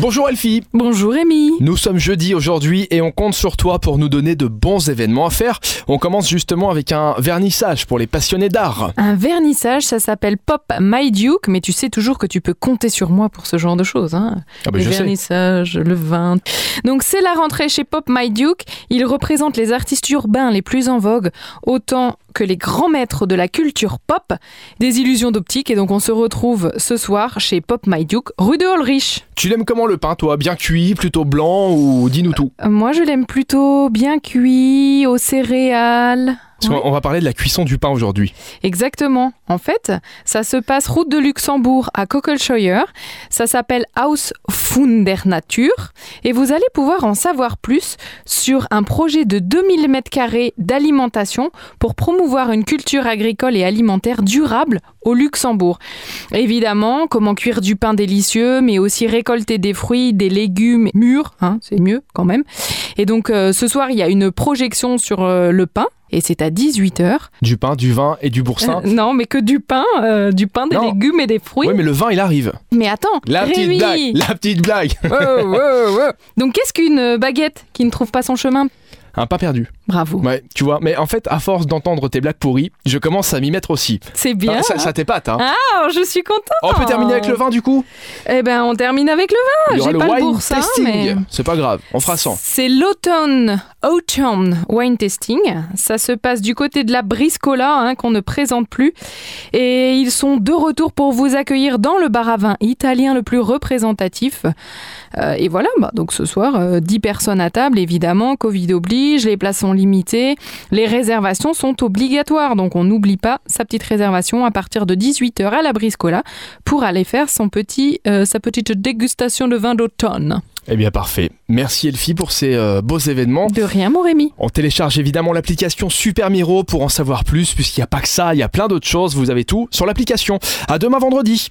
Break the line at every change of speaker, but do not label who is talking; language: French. Bonjour Elfie
Bonjour Rémi
Nous sommes jeudi aujourd'hui et on compte sur toi pour nous donner de bons événements à faire. On commence justement avec un vernissage pour les passionnés d'art.
Un vernissage, ça s'appelle Pop My Duke, mais tu sais toujours que tu peux compter sur moi pour ce genre de choses. Hein.
Ah bah
le
je sais.
vernissage, le vin. Donc c'est la rentrée chez Pop My Duke. Il représente les artistes urbains les plus en vogue, autant que les grands maîtres de la culture pop, des illusions d'optique. Et donc on se retrouve ce soir chez Pop My Duke, rue de Holrich.
Tu l'aimes comment le pain toi Bien cuit, plutôt blanc ou dis-nous tout
Euh, Moi je l'aime plutôt bien cuit, aux céréales.
Parce qu'on- on va parler de la cuisson du pain aujourd'hui.
Exactement. En fait, ça se passe route de Luxembourg à Cockelscheuer. Ça s'appelle Haus von der Natur. Et vous allez pouvoir en savoir plus sur un projet de 2000 m2 d'alimentation pour promouvoir une culture agricole et alimentaire durable au Luxembourg. Évidemment, comment cuire du pain délicieux, mais aussi récolter des fruits, des légumes mûrs, hein, c'est mieux quand même. Et donc, euh, ce soir, il y a une projection sur euh, le pain. Et c'est à 18h.
Du pain, du vin et du boursin.
Euh, non, mais que du pain, euh, du pain, des
Non.
légumes et des fruits.
Oui mais le vin il arrive.
mais... attends,
La petite
Rémi
blague La petite blague
Wow, wow, wow. Donc qu'est-ce qu'une euh, baguette qui ne trouve pas son chemin
Un pas perdu.
Bravo,
Ouais, tu vois. Mais en fait, à force d'entendre tes blagues pourries, je commence à m'y mettre aussi.
c'est
Enfin,
bien.
ça, ça t'épate, hein
Ah, je suis contente.
On peut terminer avec le vin du coup
Eh ben, on termine avec le
Il y aura
Ah, j'ai
le
pas le
wine
boursin,
testing.
mais-
C'est pas grave, on fera 100.
C'est l'automne autumn wine tasting. Ça se passe du côté de la Briscola hein, qu'on ne présente plus. Et ils sont de retour pour vous accueillir dans le bar à vin italien le plus représentatif. Euh, et voilà, bah, donc ce soir, euh, 10 personnes à table, évidemment, Covid oblige, les places sont limitées, les réservations sont obligatoires. Donc on n'oublie pas sa petite réservation à partir de 18h à la Briscola pour aller faire son petit, euh, sa petite dégustation de vin d'automne.
Eh bien parfait. Merci Elfie pour ces euh, beaux événements.
De rien, mon Rémi.
On télécharge évidemment l'application Super Miro pour en savoir plus, puisqu'il n'y a pas que ça, il y a plein d'autres choses, vous avez tout sur l'application. À demain vendredi